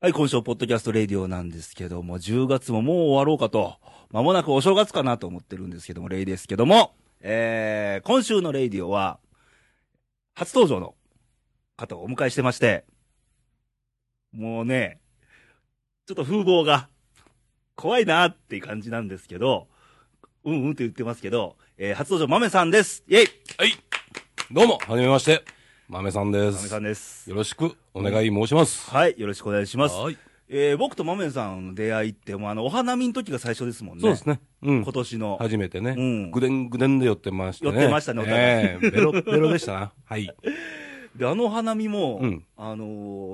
はい、今週のポッドキャストレディオなんですけども、10月ももう終わろうかと、まもなくお正月かなと思ってるんですけども、レイですけども、えー、今週のレディオは、初登場の方をお迎えしてまして、もうね、ちょっと風貌が、怖いなっていう感じなんですけど、うんうんって言ってますけど、えー、初登場、豆さんです。イェイどうも、はじめまして。豆さんで豆す。さよんです。ろしくお願い申します。はい、よろしくお願いします。はい。えー、僕と豆さんの出会いって、もうあの、お花見の時が最初ですもんね。そうですね。うん今。年の。初めてうね。んぐでんぐでんで寄ってましたね。寄ってましたねお互いええベロベロでしたな。はい。で、あの花見も、うんあの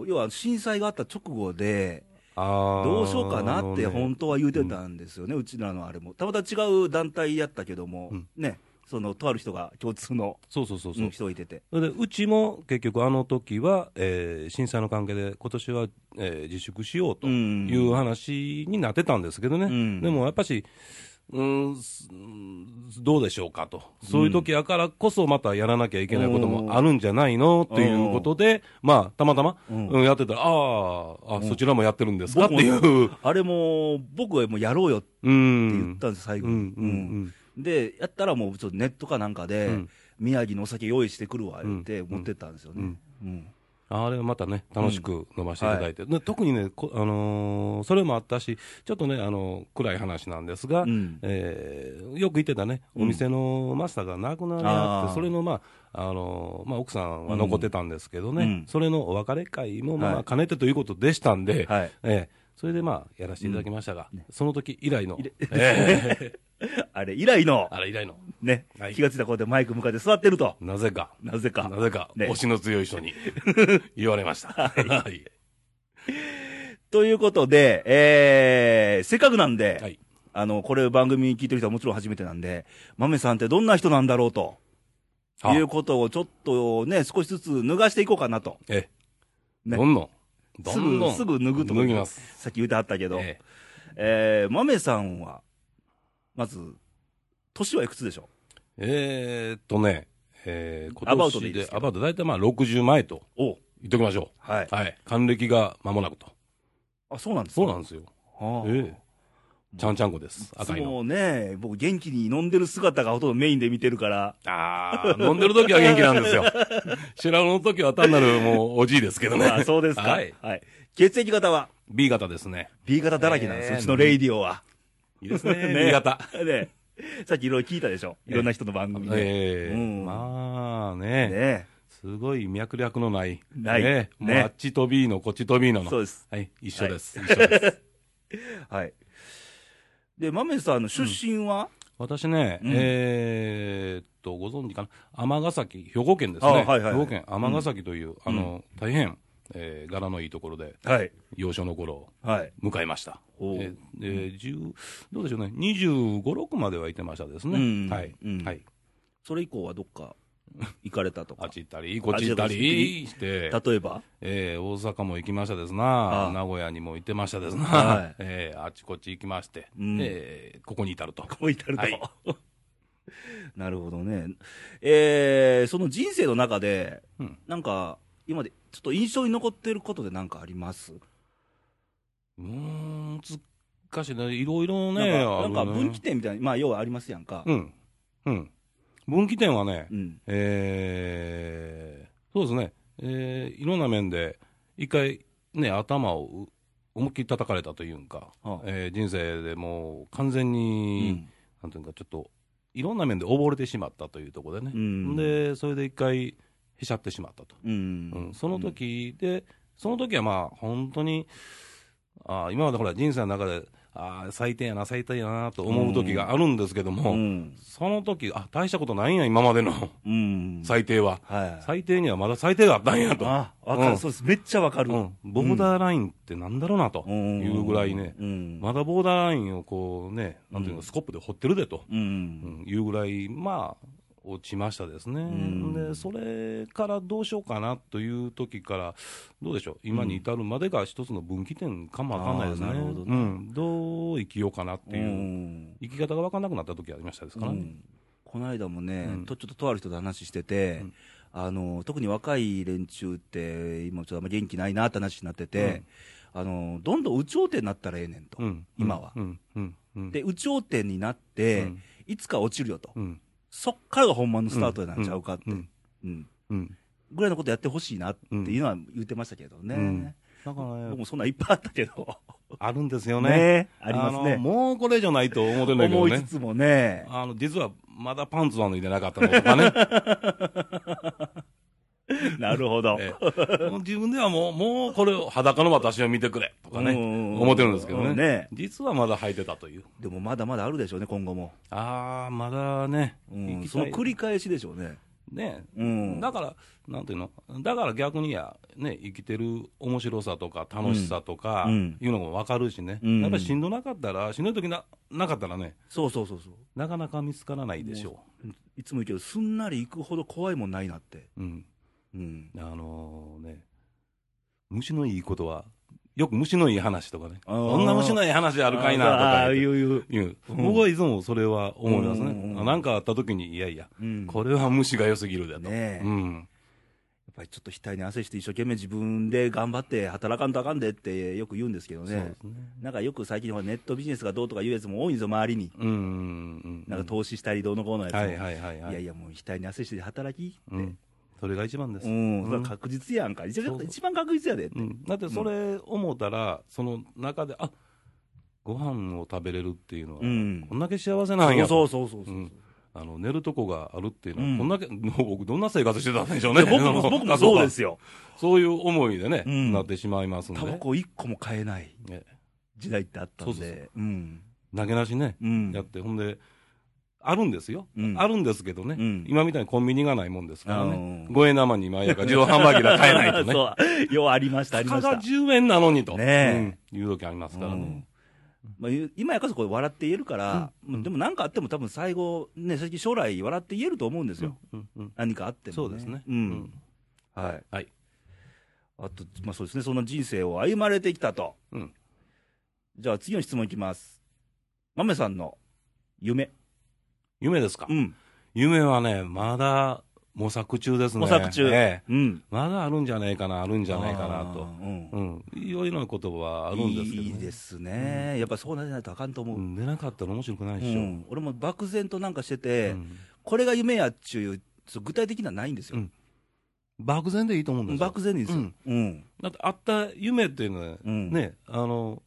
ー要は震災があった直後で、あ ーどうしようかなって本当は言うてたんですよね、うちらのあれも。たまた違う団体やったけども、うんね、その、とある人が共通の。そうそうそうそううん人をいてて。それでうちも結局あの時は、えー震災の関係で今年は、えー自粛しようとうんいう話になってたんですけどね、うんでもやっぱし、うーんすうんどうでしょうかと、そういう時やからこそまたやらなきゃいけないこともあるんじゃないのということで、まあ、たまたま、うんうんやってたら、あーあ、そちらもやってるんですかって僕も いう。あれも、僕はもうやろうよってう言っんたんです、最後うに、んうんうんうんで、やったらもう、ちょっとネットかなんかで、うん宮城のお酒用意してくるわ、言って持ってったんですよね。うんあれはまたね、楽しく飲ませていただいて、ね特にね、こあのーそれもあったし、ちょっとね、あのー暗い話なんですが、うんえーよく行ってたね、お店のマスターが亡くなりああって、ーそれの、まああのーまあ、奥さんは残ってたんですけどね、うんそれのお別れ会も、まはいあ、兼ねてということでしたんで、はいえーそれで、まあ、やらせていただきましたが、その時以来の、え ーあれ以来の、あれ以来の、ね、はい気がついたらこうやってマイク向かって座ってると。なぜか、なぜか。なぜか、ね推しの強 い人に言われました。はいということで、えー、せっかくなんで、はいあの、これ番組聞いてる人はもちろん初めてなんで、豆さんってどんな人なんだろうと、はいいうことをちょっとね、少しずつ脱がしていこうかなと。ええねどんどん。どんどんすぐ、すぐ脱ぐと脱ぎます。。さっき言ってはったけど、えええー、豆さんは、まず、年はいくつでしょえーっとね、えー、ア今バウトでい年いですけ、でどアバウト大体まあ60前とうお言っときましょ。。はいうはい。還暦が間もなくと。あ、そうなんですかそうなんですよ。あーええ。ちゃんちゃんこです。赤いの。もうね、僕元気に飲んでる姿がほとんどメインで見てるから、ああ、飲んでる時は元気なんで すよ。白髪の時は単なるもうおじいですけど ね。あそうですか、ははいい。血液型は B 型ですね。 B 型だらけなんです、えーうちのレイディオは。いいですね。ね B 型。ね、さっきいろいろ聞いたでしょ、いろんな人の番組で。ええうんまあね、ねすごい脈略のない。ないねもうねあっちと B の、こっちと B のの。そうです。はい、一緒です。一緒です。はい。で、マメさんの出身は、私ね、うんえーっと、ご存知かな、尼崎、兵庫県ですね、あはいはいはい兵庫県尼崎という、あの大変、えー柄のいいところで、はい。幼少の頃をはい。迎えました。おうえーえー10どうでしょうね、25、6まではいてましたですね、うんはい、うんはい、それ以降はどっか行かれたとあかっ。ち行ったり、こっち行ったりして、例えばえー大阪も行きましたですあな、名古屋にも行ってましたですな、はいえーあっちこっち行きまして、うんえーここに至ると。こう至ると。はいなるほどね。えー、その人生の中で、うんなんか、今までちょっと印象に残ってることで何かありますうーん、難しいね、いろいろなんね、かなあるんねか分岐点みたいな、まあ、要はありますやんか。うん、うん、分岐点はね、うん。えー、そうですね、えー、いろんな面で、一回、ね、頭をう思いっきり叩かれたというか、はあえー人生でもう完全うに、んなんていうか、ちょっと、いろんな面で溺れてしまったというところでね、うんでそれで一回、へしゃってしまったと。うんうん、その、時で、その時はまあ、本当に、ああ今までほら、人生の中で、ああ、最低やな、最低やなと思う時があるんですけどうも、ん。その時あ大したことないんや、今までの うん。最低は。はい。最低にはまだ最低があったんやと。あ、わかる、うんそうです。めっちゃわかる。うん、ボーダーラインってなんだろうなとんいうぐらいね、うん。まだボーダーラインをこうね、なんていうの、スコップで掘ってるでと、う。うんんいうぐらい、まあ、落ちましたですね、んでそれからどうしようかなという時から、どうでしょう、今に至るまでが一つの分岐点かもわかんないですね、あーなるほどねうん、どう生きようかなっていう、うん生き方が分からなくなった時ありましたですからね、この間もね、うんとちょっととある人と話してて、うんあの特に若い連中って、今、ちょっとあんま元気ないなって話になってて、あの、どんどん有頂天になったらええねんと。うん今はうん。うん。うん。で、有頂天になって、うんいつか落ちるよと。うん、そっからが本番のスタートになっちゃうかって。うんうんうん。ぐらいのことやってほしいなっていうのは言ってましたけどね。うんだから僕ね、もそんなんいっぱいあったけど。あるんですよね。ねありますあのね。もうこれじゃないと思ってないけど思いつね。つもね。あの、実はまだパンツは脱いでなかったのと かね。 なるほど。ええもう自分ではもう、もうこれを裸の私を見てくれとかね、思ってるんですけどうね。ね実はまだ履いてたという。でもまだまだあるでしょうね、今後も。あー、まだね、うん行きそたいの繰り返しでしょうね。ね、うん。だから、なんていうの、だから逆にや、ね、生きてる面白さとか楽しさとか、うんいうのも分かるしね、うんやっぱりしんどなかったら、しんどい時ななかったらね、そうそうそうそう。なかなか見つからないでしょいつも言うけど、すんなり行くほど怖いもんないなって。う。うん、うん。あのね、虫のいいことは、よく虫のいい話とかね、あーこんな虫のいい話あるかいなとあかあ、い言うういう。言う、僕はいつもそれは思いますうね、んうんうんなんかあった時に、いやいや、うんこれは虫が良すぎるだと。ねえ。うやっぱんりちょっと額に汗して一生懸命自分で頑張って働かんとあかんでってよく言うんですけどそうねで。すねなんかよく最近ほらネットビジネスがどうとかいうやつも多いんですよ、周りに。うんうんうんなんか投資したりどうのこうのやつも。はいはいはいはいいやいや、もう額に汗して働きって。うん、それが一番です、ううんん、それは確実やんか、一そうそう一番確実やで、だってそれ思ったら、その中で、あご飯を食べれるっていうのは、うんこんだけ幸せなんやそうそうそうそうそう、うんあの寝るとこがあるっていうのは、うんこんだけ、もう僕、どんな生活してたんでしょういやね、僕あのも僕もそうで、家族はすよ、そういう思いでね、うんなってしまいますんでタバね、コ一個も買えないね時代ってあったんで、そうそうそうん、投げなしね、うん、やって、ほんで、あるんですよ、うんあるんですけどね、うん今みたいにコンビニがないもんですからね、うん五円玉に毎夜か自動販売機が買えないと ね。そう、ようありました、ありまたしただ。10円なのにと、ねうん、いう時ありますからね。うんまあ、ゆ今やこそこれ笑って言えるから、うんでも何かあっても、多分最後、ね、最近将来、笑って言えると思うんですよ、うんうん何かあっても、そうですね。うんはい、はい。あと、まあ、そうですね、そんな人生を歩まれてきたと、うんじゃあ次の質問いきます、まめさんの夢、夢ですか、うん、夢はね、まだ模索中ですね。模索中、ええうん、まだあるんじゃないかな、あるんじゃないかなあと。ーうんうん。いろいろなことはあるんですけど、ね。いいですね、やっぱそうならないとあかんと思う、うん出なかったら面白くないでうしょ。ん俺も漠然となんかしてて、うんこれが夢やっちゅう、そう具体的なのはないんですよ、漠然でいいと思うんですよ。漠然にですよ、うん、だってあった夢っていうのは、うんね、あの、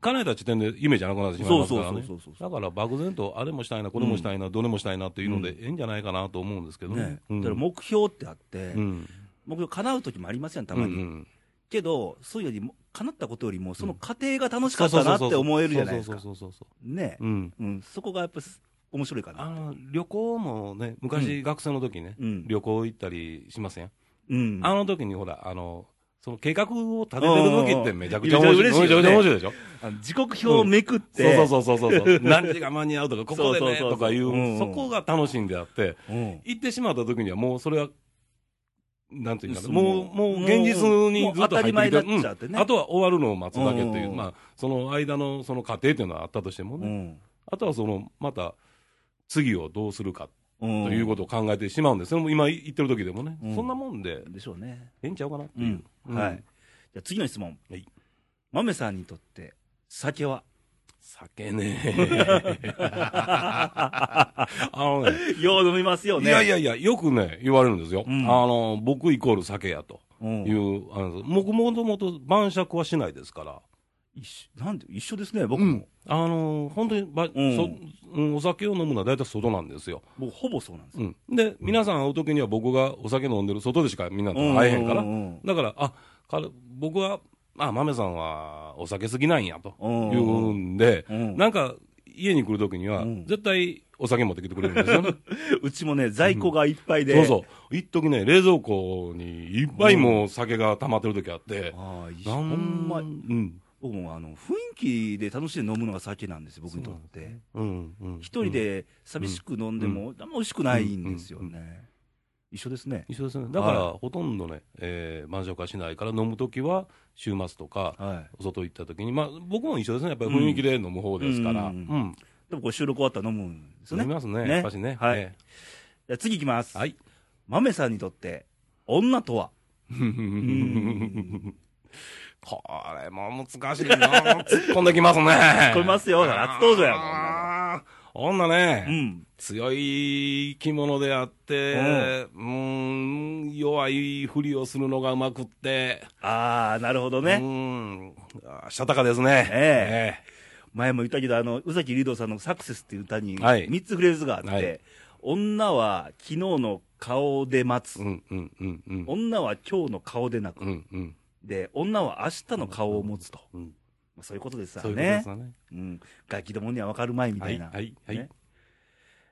叶えた時点で夢じゃなくなってしまいそうますそかうらそうね。そうそう、だから漠然とあれもしたいな、これもしたいな、どれもしたいなっていうので、ええんじゃないかなと思うんですけどね。ねうんだから目標ってあって、うん、目標叶う時もありますやん、たまに。うんうんけど、そういうよりも、叶ったことよりも、その過程が楽しかったなって思えるじゃないですか。そうそうそうそうねそう、うん、うん、そこがやっぱす面白いかな。あの旅行もね、昔、学生の時ね、うん。旅行行ったりしません、うん。あの時にほら、あのその計画を立ててる時ってめちゃくちゃうんうん面うん白い、嬉しいよねめちゃくちゃ面白いでしょ、あの時刻表をめくって、そうそうそうそうそう、何時が間に合うとか、ここでそうそうねそうそうとかいう、うんうんそこが楽しいんであって、うん行ってしまった時には、もうそれは、なんていうんですかね、そうもう、もう現実にずもっと入ってきてう当たり前になっちゃってねうんあとは終わるのを待つだけっていうう、んまあ、その間のその過程っていうのはあったとしてもうね、ん。あとはその、また、次をどうするかうん。ということを考えてしまうんです、それも今言ってる時でもね、うんそんなもんで、でしょうね。ええんちゃうかなってういんう。。うんはい。じゃあ次の質問。はい。まめさんにとって、酒は 酒ね。 あのね、よう飲みますよいね。やいやいや、よくね、言われるんですよ。うんあの、僕イコール酒やとうんい。う、あの僕もともと晩酌はしないですから。一緒、なんで、一緒ですね、僕うもん。。あの、本当にば、うんそうんお酒を飲むのは大体外なんですよ。僕、ほぼそうなんですよ。うん。で、皆さん会う時には僕がお酒飲んでる外でしかみんなと会えへんからう。んだから、あ彼僕は、あ豆さんはお酒好きなんやとうん言うんで、うんなんか家に来るときには、うん絶対お酒持ってきてくれるんですよね。うちもね、在庫がいっぱ いで。そうそう、一時ね、冷蔵庫にいっぱいもう酒が溜まってる時あって、ああ、一緒。なほんまう、ん、僕もあの雰囲気で楽しんで飲むのが酒なんですよ、僕にとって。うん、うん一人、で寂しく飲んでも、あんま美味しくないんですようんね。一緒ですね。一緒ですね、だから、はほとんどね、えー、晩酌はしないから、飲むときは週末とか、はい。外行ったときに、まあ、僕も一緒ですね、やっぱり雰囲気で飲む方ですかうら、うんん、でもこれ収録終わったら飲むんですよ飲みね。ますね、ねやっぱしね。はいえじゃあ次行きます。ーはい豆さんにとって、女とはうん これも難しいな突っ込んできますね。突っ込みますよ初登場やもんん。女ね、うん。強い着物であって、うーん、弱いふりをするのがうまくって、ああ、なるほどうーね。ん、あしたたかですね。え前も言ったけど、あの、宇崎リードさんのサクセスっていう歌に、はい3つフレーズがあって、はい女は昨日の顔で待つう。ん、うん、うん、うん。女は今日の顔で泣く。うん、うん。で、女は明日の顔を持つと。うんまあそういうことですよそういうことでねす。よね。うん。ガキどもには分かるまいみたはいい、な。はい、はねい。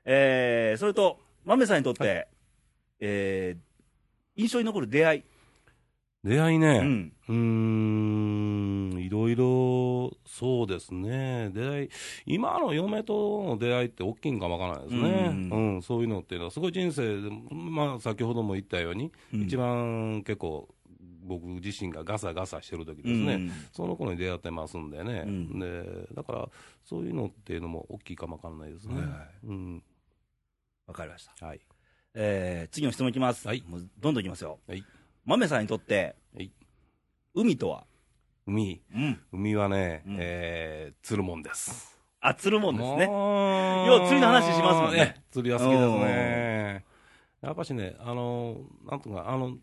えーそれと、まめさんにとって、はえー印象に残る出会い。出会いうね、ん。うーん、いろいろ、そうですね。出会い、今の嫁との出会いって大きいんかもわからないですうね。んうん、そういうのっていうのは、すごい人生で、まあ、先ほども言ったように、一番結構、僕自身がガサガサしてる時うですんね、その頃に出会ってますんでね、うんでだからそういうのっていうのも大きいかもわかんないですうんね。はいはいうんわかりました。はい、えー次の質問いきます。はいもうどんどんいきますよ。はいまめさんにとって、はい海とは海、うん。海はね、うんえー、釣るもんです。あ、釣るもんですね。もうよう釣りの話しますもんね。ええ釣りは好きですね。やっぱしね、あの、なんとか、あの、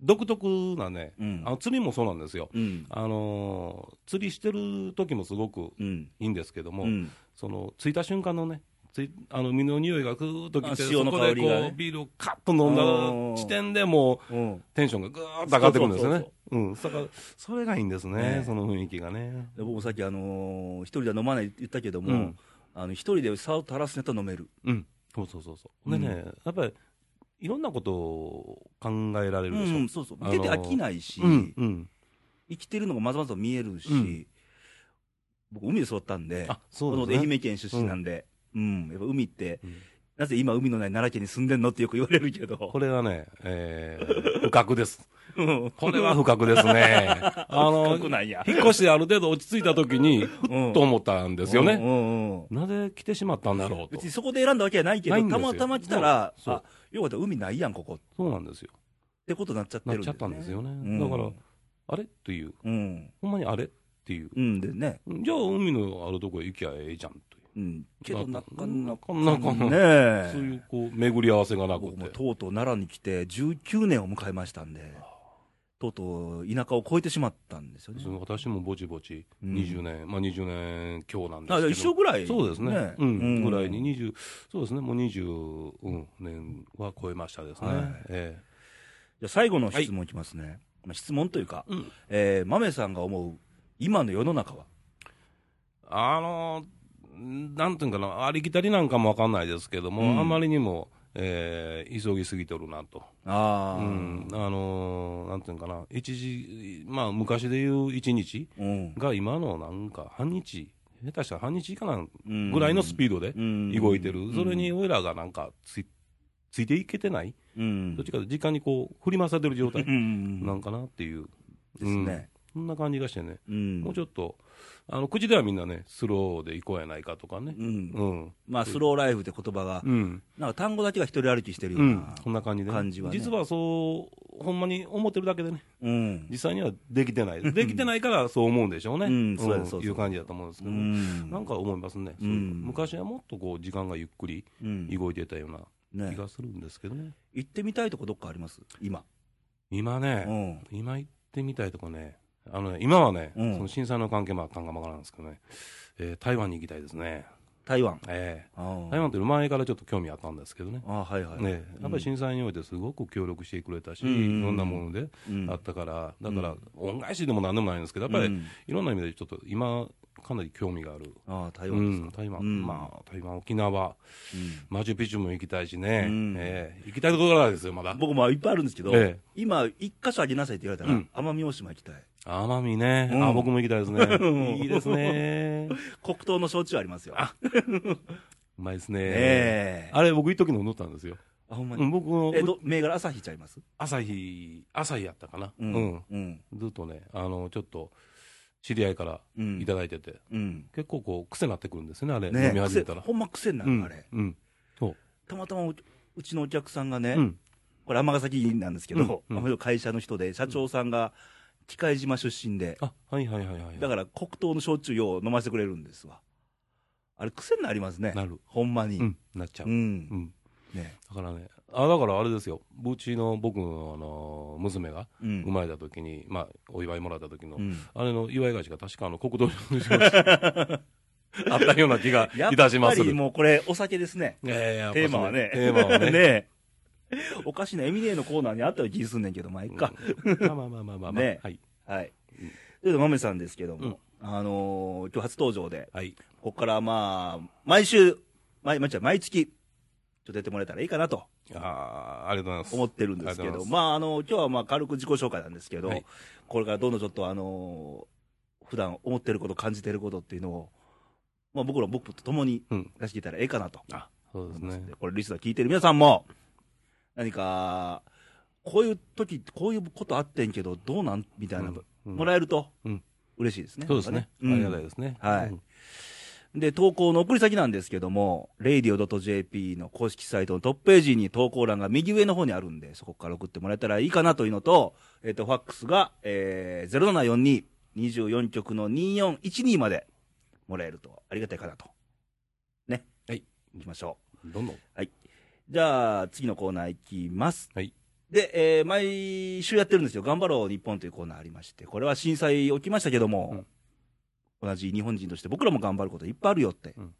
独特なね、うんあ。の釣りもそうなんですよ。うん。あの、釣りしてる時もすごくうん。いいんですけども、うん。その着いた瞬間のね、ついあの海の匂いがぐーっときて、あ潮のそこで香こりがねうビールをカッと飲んだ時点でもう、うんテンションがぐーっと上がってくるんですよそうね。うん、だから、それがいいんですね、ねえその雰囲気がね。で僕もさっき、あのー一人では飲まないって言ったけども、うんあの一人で竿垂らすネタ飲める。うん、そうそうそうそう。でね、うんやっぱり、いろんなことを考えられるでしょ。うん、そうそう。見てて飽きないし、うん、うん。生きてるのがまずまず見えるし、うん僕、海で育ったんで、あ、こそのうです愛ね。媛県出身なんで、うん、やっぱ海って、うんなぜ今海のない奈良県に住んでんのってよく言われるけどこ、れはね、えー、 不覚です。うんこれは不覚ですね。 あの、深くないや。引っ越してある程度落ち着いた時に、ふっと思ったんですよね。うんうんうんなぜ来てしまったんだろうと別に。そこで選んだわけじゃないけど、ないんでたすよまたま来たら、そうあ、よかった、海ないやん、ここ。っそうなんですよ。てことになっちゃってなるっちゃったんですよね。んだから、あれっていう、うん。ほんまにあれっていう。うんでね。じゃあ、海のあるとこへ行きゃええじゃんという。うん。けど、ななっかたなか。なかなかねそうえ。いう、こう、巡り合わせがなく僕もて。とうとう奈良に来て19年を迎えましたんで、とうとう田舎を越えてしまったんですよねそ。の私もぼちぼち、うん20年、まあ20年強なんであすけど。一生ぐらい、そうですね。うん、ぐらいにね20、そうですね、もう20、うん、年は超えましたですね。はいえじゃあ最後の質問いきますね。まあ、質問というか、えうんえー、豆さんが思う今の世の中は、あのなんていうんかな、ありきたりなんかもわかんないですけども、うんあまりにも、えー急ぎすぎとるなと、あうーんあのーなんていうんかな、一時、まあ、昔でいう一日うんが今のなんか、半日、下手したら半日かなうんぐらいのスピードでうん動いてる、それにうん俺らがなんかつい、ついていけてない、うんどっちかというと時間にこう振り回されてる状態うんなんかなっていう、ですね、うんそんな感じがしてね、うんもうちょっと、あの口ではみんなね、スローで行こうやないかとかね。うんうん。まあ、スローライフって言葉が、うん。なんか単語だけが一人歩きしてるよううんな、。そんな感じで、感じはね実はそう、ほんまに思ってるだけでね、うん実際にはできてない。できてないからそう思うんでしょうね。うんそうですそうですいう感じだと思うんですけうど、んなんか思いますね。うんそういう昔はもっとこう、時間がゆっくりうん動いてたようなね気、がするんですけどね。行ってみたいとこどっかあります今、今うね、ん、今行ってみたいとこね、あのね、今はね、うんその震災の関係もあったんかもわからんですけどね、えー台湾に行きたいですね。台湾えあーえ台湾っていうのは前からちょっと興味あったんですけどね。あーはいはい、ねう、んやっぱり震災においてすごく協力してくれたし、うんうんうんいろんなものでうんあったから、んだから、恩返しでもなんでもないんですけど、やっぱり、うんいろんな意味でちょっと今、かなり興味がある。ああ台う湾ですか、ん、台湾、うんまあ、台湾、沖縄、うんマチュピチュも行きたいしね、うんええ行きたいところからですよ、まだ。僕もいっぱいあるんですけど、ええ今、一箇所あげなさいって言われたら、うん奄美大島行きたい、奄美ね、うんあ、僕も行きたいで すね。んいいですね。黒糖の焼酎ありますよ、あうまいですね。ええあれ、僕、一時の乗ったんですよ。あほんまうに、ん、僕のえど銘柄朝日ちゃいます、朝日、朝日やったかな。うんうんうんずっとね、あの、ちょっと、知り合いからうんいただいてて、うん結構こう、癖になってくるんですよね、あれ、ね飲み始めたら。癖ほんま癖になうる、んあれ、うん。そう。たまたまううちのお客さんがね、うん。これ、尼崎なんですけど、うんう尼ん崎の会社の人で、社長さんが機械島出身で。あ、はいはいはいはい。だかから黒糖の焼酎を飲ませてくれるんですわ。あれ癖になりますね。なる。ほんまに。うん、なっちゃう。ううん。ん。ね。だからね、あ、だからあれですよ。うちの僕の、あのー娘がう生ん。まれた時に、まあ、お祝いもらった時の、うんあれの祝い返しが確かあの、国道上の焼 酎あったような気がいたしますやっぱりもうこれお酒ですね。ええやっぱテーマはね。そうテーマは ね。ねおかしなエミネのコーナーにあったような気すんねんけど、まあいっか。うんまあまあまあまあまあ、ねはい。はい。ということで、豆さんですけども、あのー今日初登場で、はい。ここからまあ、毎週、毎毎毎月、ちょっと出てもらえたらいいかなとああ、ありがとうございます。思ってるんですけありがとど、うございまあ、あの、今日はまあ、軽く自己紹介なんですけど、はいこれからどんどんちょっと、あのー普段思ってること、感じてることっていうのを、まあ、僕ら、僕と共にうん。出していけたらええかなと。あ、そうですね。これ、リスナー聞いてる皆さんも、何か、こういう時って、こういうことあってんけど、どうなんみたいな、うんもらえるとうん、嬉しいですね。そうですね。あなんかねりがうんたいですね。はいうんで、投稿の送り先なんですけども、radio.jp の公式サイトのトップページに投稿欄が右上の方にあるんで、そこから送ってもらえたらいいかなというのと、えっ、と、ファックスが、えー、0742-24局の2412までもらえるとありがたいかなと。ね。はい。行きましょう。どんどん。じゃあ、次のコーナー行きます。はい。で、えー毎週やってるんですよ。頑張ろう日本というコーナーありまして、これは震災起きましたけども、同じ日本人として僕らも頑張ることいっぱいあるよって、うん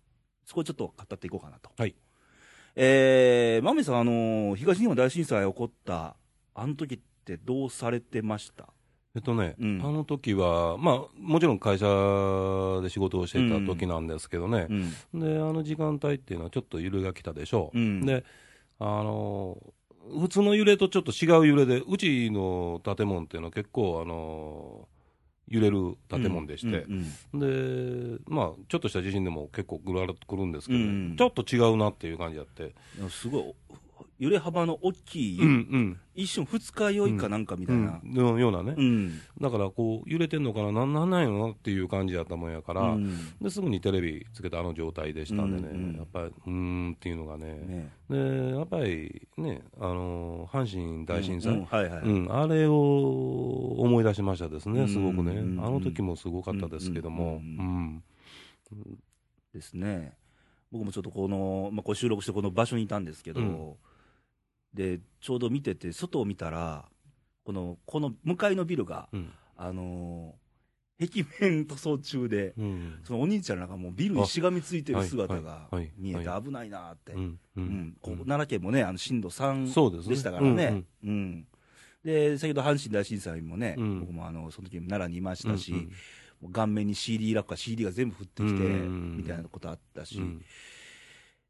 そこをちょっと語っていこうかなと。はい。えー、まめさん、あのー東日本大震災起こった、あの時ってどうされてましたえっとね、うんあの時は、まあ、もちろん会社で仕事をしていた時なんですけどね、うん。で、あの時間帯っていうのはちょっと揺れが来たでしょう。うんで、あのー普通の揺れとちょっと違う揺れで、うちの建物っていうのは結構、あのー揺れる建物でして、うんうんで、まあ、ちょっとした地震でも結構ぐらっとくるんですけど、ねうんちょっと違うなっていう感じだって、でもすごい、揺れ幅の大きい、うんうん、一瞬二日酔いかなんかみたいな。うんのようなね、うん。だからこう、揺れてんのかな、なんなんないのっていう感じだったもんやから、うんですぐにテレビつけたあの状態でしたんでね、うんうんやっぱり、うーんっていうのがね、ねでやっぱりね、あのー阪神大震災、うんうんはいはい。うん、あれを思い出しましたですうね、んすごくね、うんあの時もすごかったですけどうも、うんんですね、僕もちょっとこの、まあ、こう収録してこの場所にいたんですけど、うんでちょうど見てて、外を見たら、このこの向かいのビルが、うんあのー壁面塗装中で、うんそのお兄ちゃんなんかもうビルにしがみついてる姿があはいはいはい見えて、は危ないなーって、うんううんんここ奈良県もね、あの震度3そうですねでしたからね。うんうんうんで先ほど阪神大震災もね、うん僕もあのその時奈良にいましたし、うんうんもう顔面に CD 落下、CD が全部降ってきて、うんうんうんみたいなことあったし、うん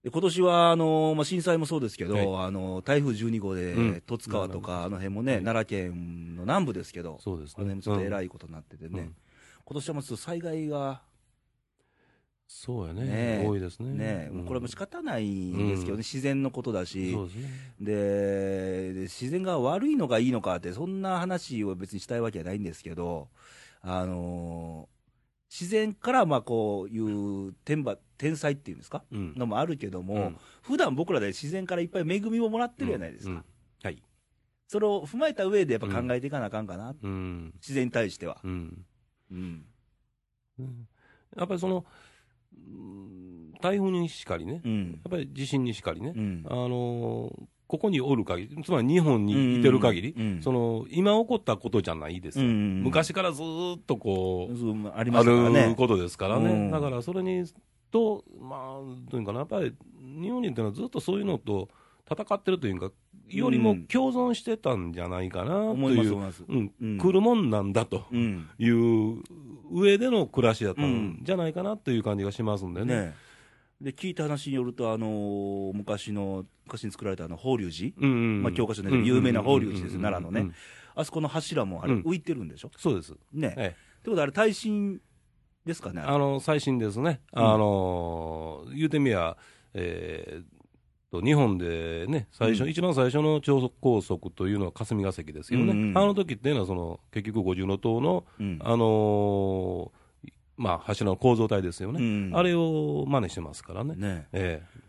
で今年はあの、まあ、震災もそうですけど、はあの台風12号で、うん十津川とか、あの辺もね、はい奈良県の南部ですけど、そうですあの辺ねもちょっとうん偉いことになっててね、うん今年はもうちょっと災害がそうやねね、え多いですね。ね、うんもうこれはもう仕方ないんですけどね、うん自然のことだしそうですね。で、で自然が悪いのかいいのかって、そんな話を別にしたいわけじゃないんですけど、あのー自然からまあこういう天馬天才っていうんですか、うんのもあるけども、うん普段僕らで自然からいっぱい恵みをもらってるじゃないですか、うんうんはい。それを踏まえた上でやっぱ考えていかなあかんかな、うん。自然に対しては。うん。うんうんやっぱりその、うん台風にしかりね、うやんっぱり地震にしかりねう、んあのーここにおる限り、つまり日本にいてる限り、うんその、今起こったことじゃないですうよ。ん昔からずーっとこう、そうありまあすからるね。ことですからうんね。だからそれに、と、まあ、というかな、やっぱり日本人っていうのはずっとそういうのと戦ってるというか、よりも共存してたんじゃないかなと思いまいす、う、思います。うんうん来るもんなんだとうん。いう上での暮らしだったうんんじゃないかなという感じがしますんでね。ねで、聞いた話によると、あのー昔の、昔に作られたあの、法隆寺、うんうんまあ教科書で有名な法隆寺ですようん奈良のねうんあそこの柱もあれ、うん浮いてるんでしょそうです。ね。ってええことはあれ、耐震ですかね、あれあの最新ですね、うんあの言うてみや、えーと日本でね、最初、うん一番最初の超高速というのは霞が関ですよね、うんうんあの時っていうのはその、結局、五重の塔の、うんあのーまあ、柱の構造体ですよね、うんあれを真似してますからね、ね。ええ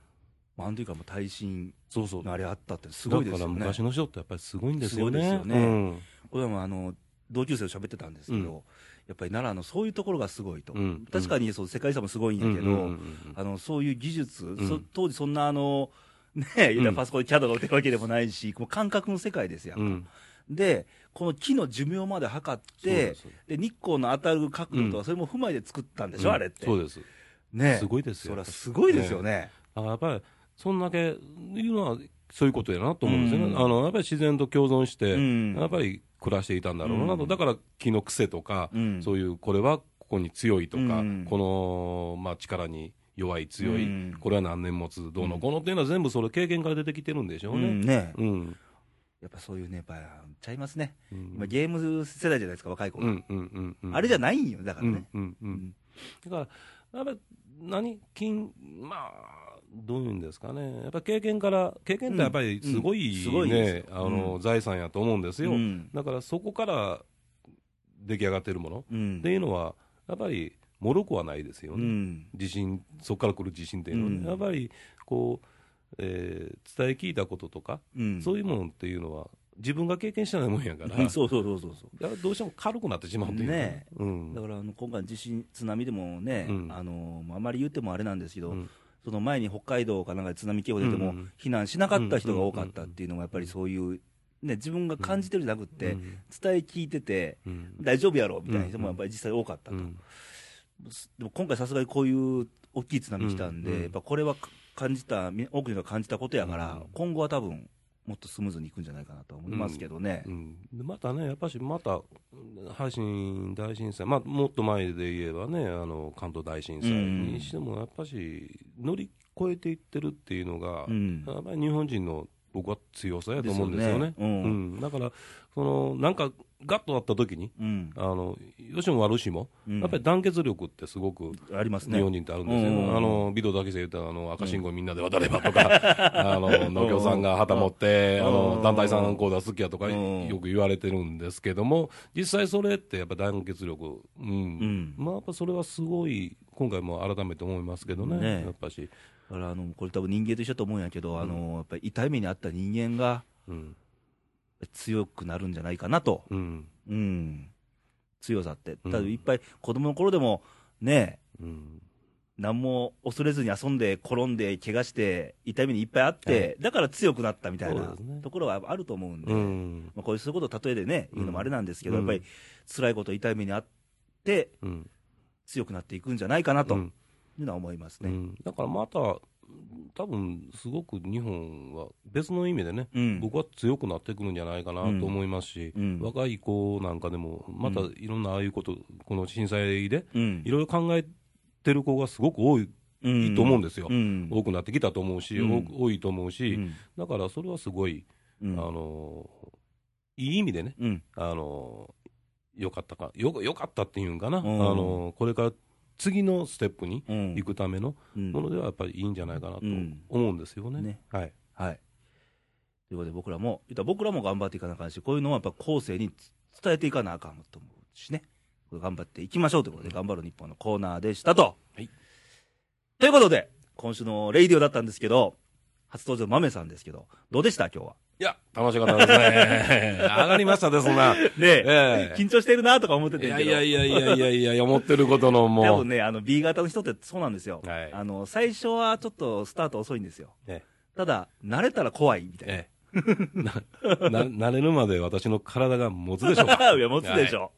まあ、あの時からもう耐震そうそう、のあれあったって、すごいですよね。だから昔の人ってやっぱりすごいんですよね。すごいですよねうんこれはもうあの、同級生と喋ってたんですけど、うんやっぱり奈良のそういうところがすごいと。うん確かにそう世界遺産もすごいんやけど、うんうんうんうんあの、そういう技術、んそ当時そんなあの、ねえ、言うたらパソコンでキャドが打てるわけでもないし、もう感覚の世界ですやんうか、んで、この木の寿命まで測っそうでてす、で日光の当たる角度とうか、んそれも踏まえて作ったんでしょ、あれって。そうです。ねえすごいですよそりゃすごいですよね。あやっぱり、そんだけいうのは、そういうことやなと思うんですよね、うんあのやっぱり自然と共存して、うんやっぱり暮らしていたんだろうなと、うんだから気の癖とか、うんそういう、これはここに強いとか、うんこの、まあ、力に弱い、強い、うんこれは何年持つ、どうのこうのっていうのは、全部それ、経験から出てきてるんでしょううんね。ねえうんうんやっぱそういうね、やっぱちゃいますね。うん今ゲーム世代じゃないですか、若い子うが。んうんうんあれじゃなないんよ、だからね。うんうんうんだから、やっぱり何、金、まあ、どういうんですかね、やっぱ経験から、経験ってやっぱりすごういんね、すごいですよあのうん財産やと思うんですよ、うんだからそこから出来上がってるもの、うんっていうのは、やっぱりもろくはないですようね、ん。地震、そこから来る地震っていうのはね、うんやっぱりこう、えー伝え聞いたこととか、うん。そういうものっていうのは、自分が経験してないもんやから、うんそうそうそうそうそう。だからどうしても軽くなってしまうというかねうだんからあの今回の地震、津波でもね、うんあのあまり言ってもあれなんですけど、うんその前に北海道かなんかで津波警報出てもうん、避難しなかった人が多かったっていうのが、やっぱりそういう、ね、自分が感じてるんじゃなくって、うん伝え聞いてて、うん大丈夫やろみたいな人もやっぱり実際多かったと、うんでも今回、さすがにこういう大きい津波来たんで、うんうんやっぱこれは感じた、み多くの人が感じたことやから、うん今後は多分もっとスムーズにいくんじゃないかなとは思いますけどね。うん、でまたね、やっぱしまた、阪神大震災、まあ、もっと前で言えばね、あの関東大震災にしても、やっぱし乗り越えていってるっていうのが、うんやっぱり日本人の僕は強さやと思うんですよね。ですよねううんだからその、なんかガッとなった時に、うんあのよしも悪しも、うんやっぱり団結力ってすごくありますね。日本人ってあるんですよ、うんうんうんあのビドだけで言ったらあの赤信号みんなで渡ればとか、あの農協さんが旗持って、うんあうのん団体さんこう出すきやとか、うんよく言われてるんですけども、実際それってやっぱ団結力、うんんまあ、やっぱそれはすごい、今回も改めて思いますけどね、ねえやっぱし、だからあのこれ多分人間と一緒だと思うんやけど、あのやっぱり痛い目にあった人間がうん強くなるんじゃないかなと、うんうん、強さって、うたんだいっぱい子供の頃でもね、うん何も恐れずに遊んで、転んで、怪我して、痛い目にいっぱいあって、だから強くなったみたいそなうですねところはあると思うんで、うんまあ、こういうそういうことを例えでね、言うのもあれなんですけど、うんやっぱり辛いこと、痛い目にあって、うん強くなっていくんじゃないかなとういんうのは思いますうね。んだからまた、多分すごく日本は別の意味でね、うん僕は強くなってくるんじゃないかなと思いますし、うんうん若い子なんかでも、またいろんなああいうこと、この震災で、うんいろいろ考えてる子がすごく多い,、と思うんですよ、うん多くなってきたと思うし、うん多く多いと思うし、うんだからそれはすごい、うんあのいい意味でね、うんあのよかったかよ、よかったっていうんかな、んあのこれから次のステップにうん行くためのうんものではやっぱりいいんじゃないかなとうん思うんですよね。ねはいはい。ということで、僕らも、言ったら僕らも頑張っていかなあかんし、こういうのはやっぱ後世に伝えていかなあかんと思うしね。頑張っていきましょうということで、頑張る日本のコーナーでしたと。はいということで、今週のレイディオだったんですけど、初登場、豆さんですけど、どうでした今日は。いや、楽しかったです ね。上がりましたですな。ねえ、ええ緊張してるなとか思っていてんやけいど。やいやいやいやいや、思ってることの多もう。分ね、あの、B 型の人ってそうなんですよ。はいあの、最初はちょっとスタート遅いんですよ。えただ、慣れたら怖いみたいな。ええなな 慣れるまで私の体が持つでしょうか 。いや、持つでしょ。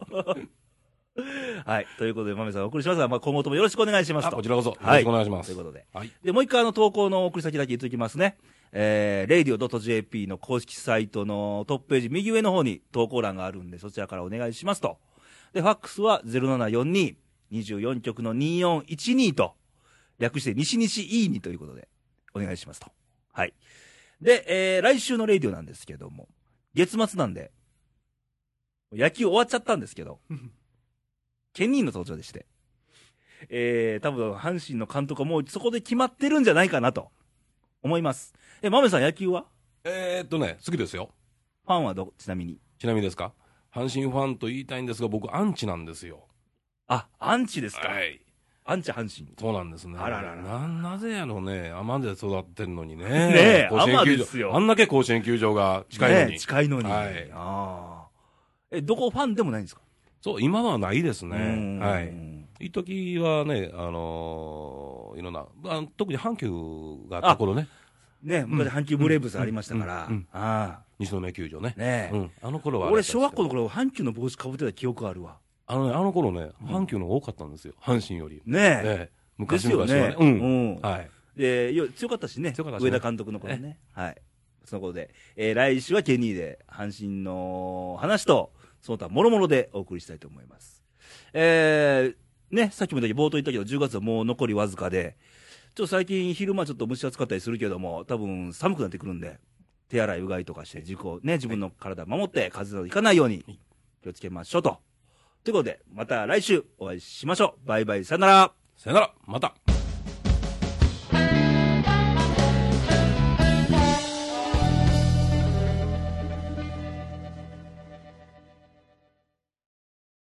はい。ということで、まめさんお送りしますが、まあ、今後ともよろしくお願いしますあと。こちらこそ、よはろしくお願いします。ということで。はい。で、もう一回あの投稿の送り先だけ言っておきますね。えー、radio.jp の公式サイトのトップページ右上の方に投稿欄があるんで、そちらからお願いしますと。で、ファックスは0742、24局の2412と、略して西西 E にということで、お願いしますと。はい。で、えー、来週のレイディオなんですけども、月末なんで、野球終わっちゃったんですけど、ケニーの登場でして、えー、多分阪神の監督はもうそこで決まってるんじゃないかなと思います。え、マメさん野球はえーっとね、好きですよ。ファンはど、ちなみに。ちなみにですか阪神ファンと言いたいんですが、僕、アンチなんですよ。あ、アンチですか。はい。アンチ阪神。そうなんですね。あらららな、なぜやろうね。天で育ってんのにね。 ねえ甲子園天球です場よあんだけ甲子園球場が近いのに。ね近いのに。はいああ。え、どこファンでもないんですかそう、今はないですね。はうい。ん一時はね、あのーいろんな、あ特に阪急があった頃ね、ね、昔、阪急ブレイブスありましたからうんうんうん。あ西宮球場ね。あ、ねうん、あの頃はあれだ俺、ったんですけ小ど学校の頃、阪急の帽子かぶってた記憶あるわ。あのね、あの頃ね、阪急の方が多かったんですよ、阪神より。ねえ。ええ、です昔よ々はねね。。うんうん。はい。で、よ強かったしね。強かったしね上田監督の頃ね。はい。そのことで、えー来週はケニーで、阪神の話と、その他諸々でお送りしたいと思います。えー、ね、さっきも言ったけど、冒頭言ったけど、10月はもう残りわずかで、ちょっと最近昼間ちょっと蒸し暑かったりするけども、多分寒くなってくるんで、手洗いうがいとかして、自己、ね、自分の体守って、風邪などひかないように、気をつけましょうと。ということで、また来週お会いしましょう。バイバイ、さよなら。さよなら、また。